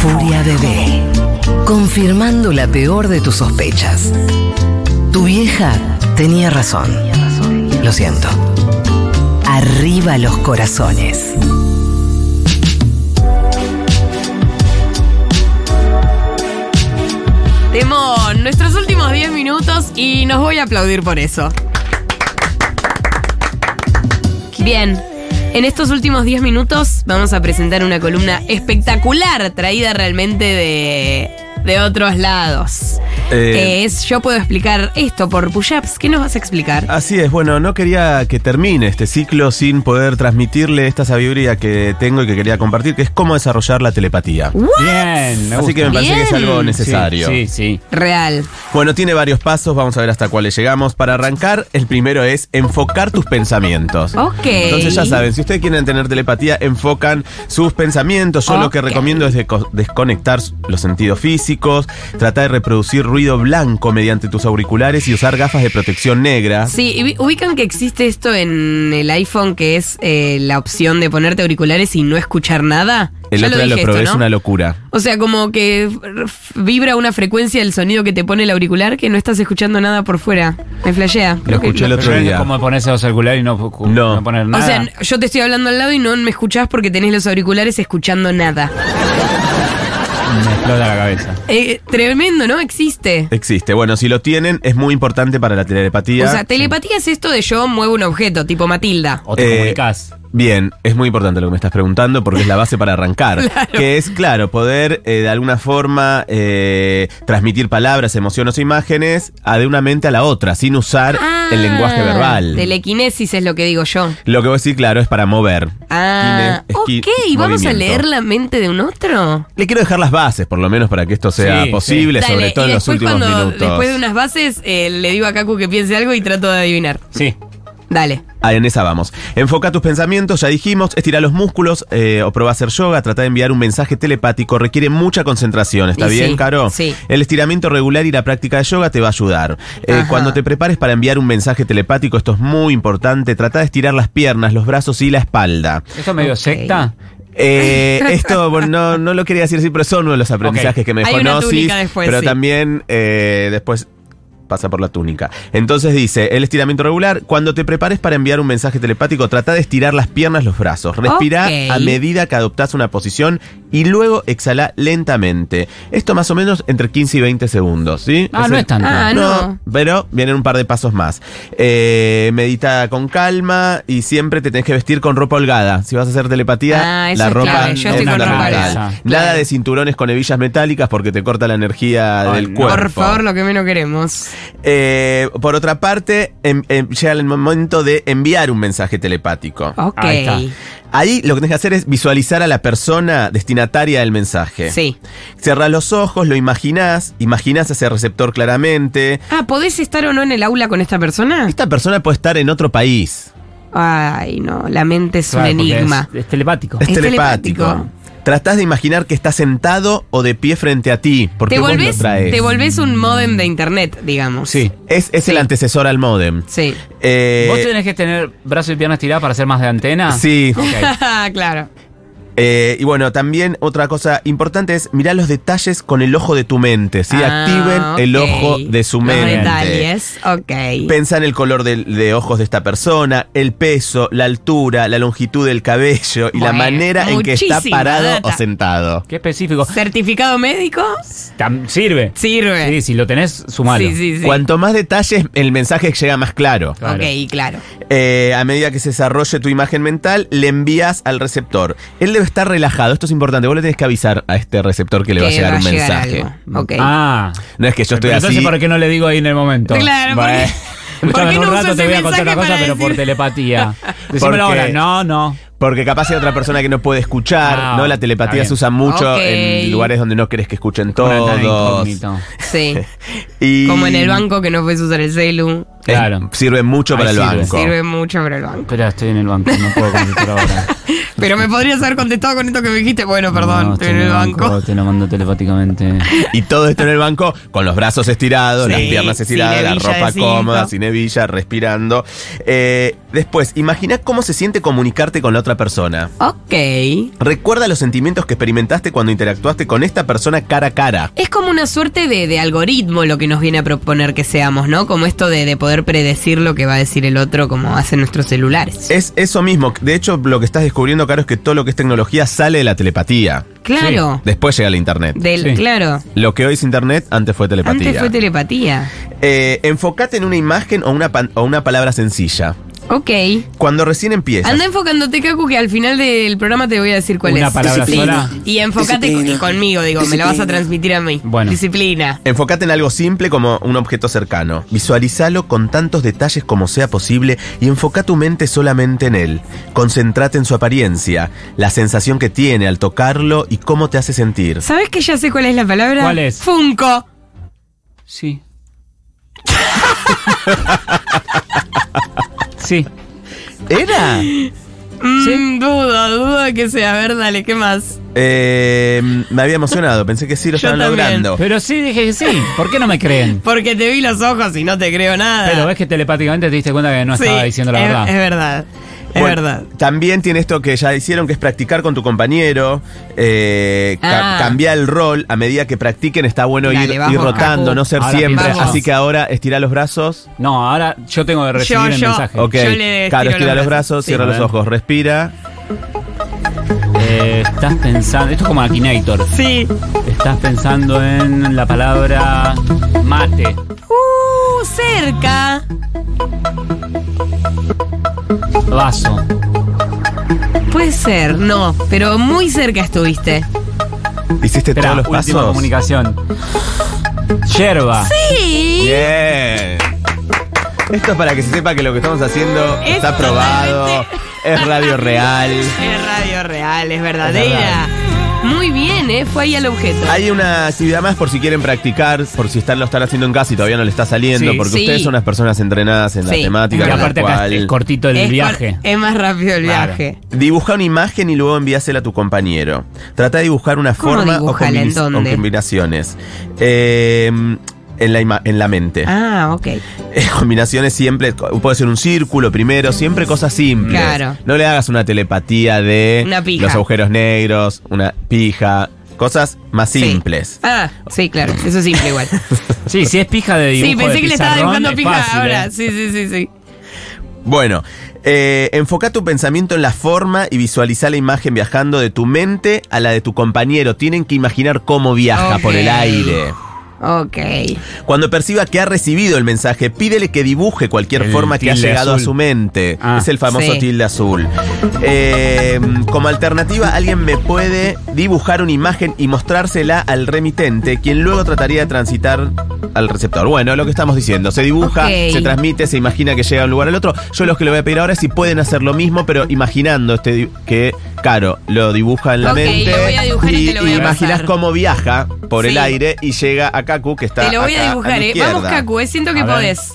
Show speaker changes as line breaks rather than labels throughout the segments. Furia bebé. Confirmando la peor de tus sospechas. Tu vieja tenía razón. Lo siento. Arriba los corazones.
Temón, nuestros últimos 10 minutos y nos voy a aplaudir por eso. Bien, en estos últimos 10 minutos vamos a presentar una columna espectacular traída realmente de, de otros lados.
Eh,
Que es Yo puedo explicar esto por push-ups. ¿Qué nos vas a explicar?
Así es, bueno, no quería que termine este ciclo sin poder transmitirle esta sabiduría que tengo y que quería compartir, que es cómo desarrollar la telepatía.
Bien, me
Así que me
gusta.
parece que es
Bien.
algo necesario.
Sí, sí. sí.
Real.
Bueno, tiene varios pasos, vamos a ver hasta cuáles llegamos. Para arrancar, el primero es enfocar tus pensamientos.
Ok.
Entonces ya saben, si ustedes quieren tener telepatía, enfocan sus pensamientos. Yo lo que
Ok.
recomiendo es deco- desconectar los sentidos físicos, tratar de reproducir ruido blanco mediante tus auriculares y usar gafas de protección negra.
Sí, ubi- ubican que existe esto en el iPhone, que es eh, la opción de ponerte auriculares y no escuchar nada.
El
Ya
otro día lo
dije
probé,
esto,
es
¿no?
una locura.
O sea, como que f- vibra una frecuencia del sonido que te pone el auricular que no estás escuchando nada por fuera. Me flashea. Creo que-
escuché el otro
Pero
día.
Es como ponerse los celulares y no,
No.
no. poner
O
nada.
sea, n- yo te estoy hablando al lado y no me escuchás porque tenés los auriculares escuchando nada.
me explota la cabeza.
Eh, tremendo, ¿no? Existe.
Existe. Bueno, si lo tienen, es muy importante para la telepatía.
O sea, telepatía es esto de yo muevo un objeto, tipo Matilda.
O te
Eh,
comunicas.
Bien, es muy importante lo que me estás preguntando porque es la base para arrancar.
Claro.
Que es, claro, poder eh, de alguna forma eh, transmitir palabras, emociones o imágenes a de una mente a la otra, sin usar el lenguaje
Ah,
verbal.
Telequinesis es lo que digo yo.
Lo que voy a decir, claro, es para mover.
Ah,
Kine- esqui-
ok, ¿vamos a
movimiento.
leer la mente de un otro?
Le quiero dejar las bases, por lo menos, para que esto sea
Sí,
posible,
Dale,
sobre todo
y
en los
después
últimos
cuando-
minutos.
Después de unas bases, eh, le digo a Kaku que piense algo y trato de adivinar.
Sí.
Dale.
Ah, en esa vamos. Enfoca tus pensamientos, ya dijimos, estira los músculos eh, o prueba a hacer yoga, trata de enviar un mensaje telepático, requiere mucha concentración, ¿está
Y
bien,
sí,
Caro?
sí.
El estiramiento regular y la práctica de yoga te va a ayudar. Eh,
Ajá.
cuando te prepares para enviar un mensaje telepático, esto es muy importante, trata de estirar las piernas, los brazos y la espalda.
¿Esto es medio
Ok.
secta?
Eh, esto, bueno, no, no lo quería decir así, pero son uno de los aprendizajes
Ok.
que me
Hay
dejó
una
Gnosis,
túnica después,
pero
sí.
también eh, después pasa por la túnica. Entonces dice, el estiramiento regular, cuando te prepares para enviar un mensaje telepático, trata de estirar las piernas, los brazos. Respira
Ok.
a medida que adoptás una posición y luego exhala lentamente. Esto más o menos entre 15 y 20 segundos, ¿sí?
Ah, no
el-
es tanto.
Ah,
no.
no.
pero vienen un par de pasos más. Eh, medita con calma y siempre te tenés que vestir con ropa holgada. Si vas a hacer telepatía,
Ah, eso
la
es
ropa
clave. Yo
es
estoy con ropa
fundamental.
holgada.
Nada
Claro.
de cinturones con hebillas metálicas porque te corta la energía
Ay,
del
no.
cuerpo.
Por favor, lo que menos queremos.
Eh, por otra parte, em- em- llega el momento de enviar un mensaje telepático.
Ok.
Ahí
Ahí lo que tenés que hacer es visualizar a la persona destinataria del mensaje.
Sí.
Cerrás los ojos, lo imaginás, imaginás ese receptor claramente.
Ah, ¿podés estar o no en el aula con esta persona?
Esta persona puede estar en otro país.
Ay, no, la mente es
Claro,
un
porque
enigma.
Es, es telepático.
Es,
Es
telepático.
telepático.
Tratás de imaginar que estás sentado o de pie frente a ti, porque
Te
vos lo
volvés,
traes.
te volvés un modem de internet, digamos.
Sí.
es es el antecesor al modem.
Sí.
Eh,
¿Vos tenés que tener brazos y piernas tiradas para hacer más de antena?
Sí.
Ok.
claro.
Eh, y bueno, también otra cosa importante es mirar los detalles con el ojo de tu mente. ¿sí?
Ah,
Activen el
ok.
ojo de su
Los
mente.
detalles, ok.
Pensá en el color de, de ojos de esta persona, el peso, la altura, la longitud del cabello y la
Bueno,
manera en que está
muchísima
parado
data.
o sentado.
Qué específico.
¿Certificado médico?
Tam- sirve.
Sirve.
Sí, si lo tenés, sumalo.
Sí, sí, sí.
Cuanto más detalles, el mensaje llega más claro.
Claro.
Ok, claro.
Eh, a medida que se desarrolle tu imagen mental, le envías al receptor. Él debe estar relajado, esto es importante. Vos le tenés que avisar a este receptor que le va a
Que
llegar un mensaje.
algo. Ok.
Ah.
No es que yo estoy
Pero entonces,
así.
¿por qué no le digo ahí en el momento?
Claro,
Bueno.
porque- ¿por qué
en
no
un
uso
rato
ese
te voy a contar
mensaje
una cosa,
para
pero por
decir?
telepatía. Decímelo
Porque-
ahora. No, no.
Porque capaz hay otra persona que no puede escuchar,
Ah,
¿no? La
está
telepatía
bien.
se usa mucho
Ok.
en lugares donde no querés que escuchen
Una nada
todos.
incógnito.
Sí.
Y-
Como en el banco que no puedes usar el celu.
Es-
Claro.
sirve mucho
Ahí
para el
sirve.
banco.
Sirve mucho para el banco.
Espera, estoy en el banco, no puedo contestar ahora.
Pero me podrías haber contestado con esto que me dijiste. Bueno, perdón,
No,
estoy en el banco.
Te lo mando telepáticamente.
Y todo esto en el banco, con los brazos estirados,
Sí,
las piernas estiradas,
sin
la
hebilla
ropa
de cinto.
cómoda, sin hebilla, respirando. Eh, después, imagina cómo se siente comunicarte con la otra persona.
Ok.
Recuerda los sentimientos que experimentaste cuando interactuaste con esta persona cara a cara.
Es como una suerte de, de algoritmo lo que nos viene a proponer que seamos, ¿no? Como esto de, de poder predecir lo que va a decir el otro, como hacen nuestros celulares.
Eh,
Es eso mismo. De hecho, lo que estás descubriendo, Caro, es que todo lo que es tecnología sale de la telepatía.
claro.
Después llega la internet.
Del,
Sí.
Claro.
Lo que hoy es internet, antes fue telepatía.
Antes fue telepatía.
Eh, enfocate en una imagen o una, pan- o una palabra sencilla.
Ok.
Cuando recién empiezas.
Anda enfocándote, Cacu, que al final del programa te voy a decir cuál
Una
es.
palabra
Disciplina.
sola.
Y enfocate
Disciplina.
con- conmigo, digo, me la vas a
Disciplina.
transmitir a mí.
Bueno.
Disciplina.
Enfocate en algo simple como un objeto cercano. Visualizalo con tantos detalles como sea posible y enfoca tu mente solamente en él. Concentrate en su apariencia, la sensación que tiene al tocarlo y cómo te hace sentir.
¿Sabes que ya sé cuál es la palabra?
¿Cuál es?
Funko.
Sí. sí.
¿Era?
Mm, Dudo, dudo que sea. A ver, dale, ¿qué más?
Eh, me había emocionado, pensé que sí lo
Yo
estaban
también.
logrando.
Pero sí, dije que sí. ¿Por qué no me creen?
Porque te vi los ojos y no te creo nada.
Pero ves que telepáticamente te diste cuenta que no
Sí, eh,
estaba diciendo la
es,
verdad.
Es verdad. Es
Bueno,
verdad.
También tiene esto que ya hicieron, que es practicar con tu compañero, eh,
Ah.
ca- cambiar el rol. A medida que practiquen está bueno
Dale,
ir,
vamos,
ir rotando,
Capu.
no ser
Ahora
siempre.
vamos.
Así que ahora estira los brazos.
No, ahora yo tengo que recibir
Yo,
el
yo.
mensaje.
Ok,
Yo le estiro
claro, estira
los
los brazos,
brazos, sí.
cierra
A
los
ver.
ojos, respira.
Eh, estás pensando. Esto es como Akinator.
Sí.
Estás pensando en la palabra mate.
Uh, cerca.
Vaso.
Puede ser, no, pero muy cerca estuviste.
¿Hiciste
Espera,
todos los
última
pasos?
comunicación. Yerba.
Sí.
Bien. Esto es para que se sepa que lo que estamos haciendo
Es
está probado,
totalmente-
es radio real.
Es radio real, es verdadera.
Es
Muy bien, ¿eh? Fue ahí al objeto.
Hay una actividad más por si quieren practicar, por si están, lo están haciendo en casa y todavía no le está saliendo,
Sí.
porque
Sí.
ustedes son unas personas entrenadas en la
Sí.
Y
temática. con lo
aparte acá
cual-
es cortito el
Es cor-
viaje.
Es más rápido el
Claro.
viaje.
Dibuja una imagen y luego envíasela a tu compañero. Trata de dibujar una
¿Cómo
forma o,
dibújala? ¿En
combis- o
dónde?
combinaciones. Eh, en, la ima- en la mente.
Ah, ok.
Eh, Combinaciones siempre, co- puede ser un círculo primero, siempre cosas simples.
Claro.
No le hagas una telepatía de
Una pija.
los agujeros negros, una pija, cosas más
Sí.
simples.
Ah, sí, claro. Eso es simple igual.
Sí, sí es pija de dibujo
sí, pensé
de
que le estaba
pizarrón,
dibujando
es
pija
fácil,
ahora.
¿eh?
Sí, sí, sí, sí.
Bueno, eh, enfoca tu pensamiento en la forma y visualiza la imagen viajando de tu mente a la de tu compañero. Tienen que imaginar cómo viaja
Ok.
por el aire.
Ok.
Cuando perciba que ha recibido el mensaje, pídele que dibuje cualquier
El
forma que ha
tilde
llegado a
azul.
su mente.
Ah,
es el famoso
sí.
tilde azul. Eh, como alternativa, alguien me puede dibujar una imagen y mostrársela al remitente, quien luego trataría de transitar al receptor. Bueno, lo que estamos diciendo, se dibuja,
Ok.
se transmite, se imagina que llega de un lugar al otro. Yo los que le voy a pedir ahora es si pueden hacer lo mismo, pero imaginando este di- que, claro, lo dibuja en la
Ok, lo
mente.
voy a dibujar y te lo voy a
imaginas
pasar.
cómo viaja por el
Sí.
aire y llega a Kaku, que está
Te lo voy
acá,
a dibujar,
mi
eh. Vamos,
izquierda.
Cacu, eh. Siento que
A ver.
podés.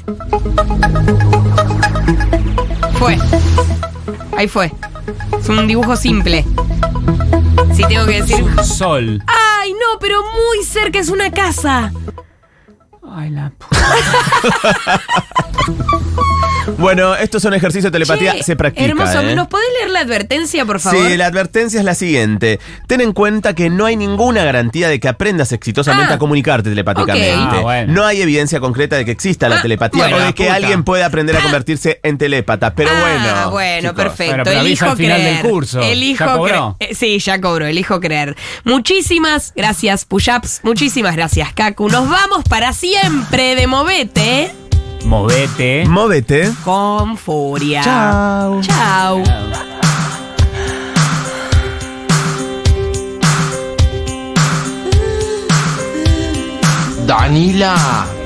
Fue. Ahí fue. Es un dibujo simple. Sí, tengo que decir.
¿eh? Sol.
¡Ay, no! Pero muy cerca es una casa.
Ay, la puta.
Bueno, estos son ejercicios de telepatía,
Che,
se practica.
Hermoso.
¿eh?
¿Nos podés leer la advertencia, por favor?
Sí, la advertencia es la siguiente. Ten en cuenta que no hay ninguna garantía de que aprendas exitosamente
Ah.
a comunicarte telepáticamente.
Ok.
Ah, bueno.
No hay evidencia concreta de que exista la
Ah,
telepatía
bueno,
o de
la
que
puta.
alguien pueda aprender a convertirse en telépata. Pero
Ah,
bueno.
bueno,
chicos.
perfecto.
Bueno, pero avisa
elijo
al final
creer.
del curso.
Elijo
¿Ya cobró?
cre- eh, sí, ya cobro. Elijo creer. Muchísimas gracias, Puyaps. Muchísimas gracias, Kaku. Nos vamos para siempre de Movete
Movete.
Móvete.
con furia.
Chao.
Chao.
Danila.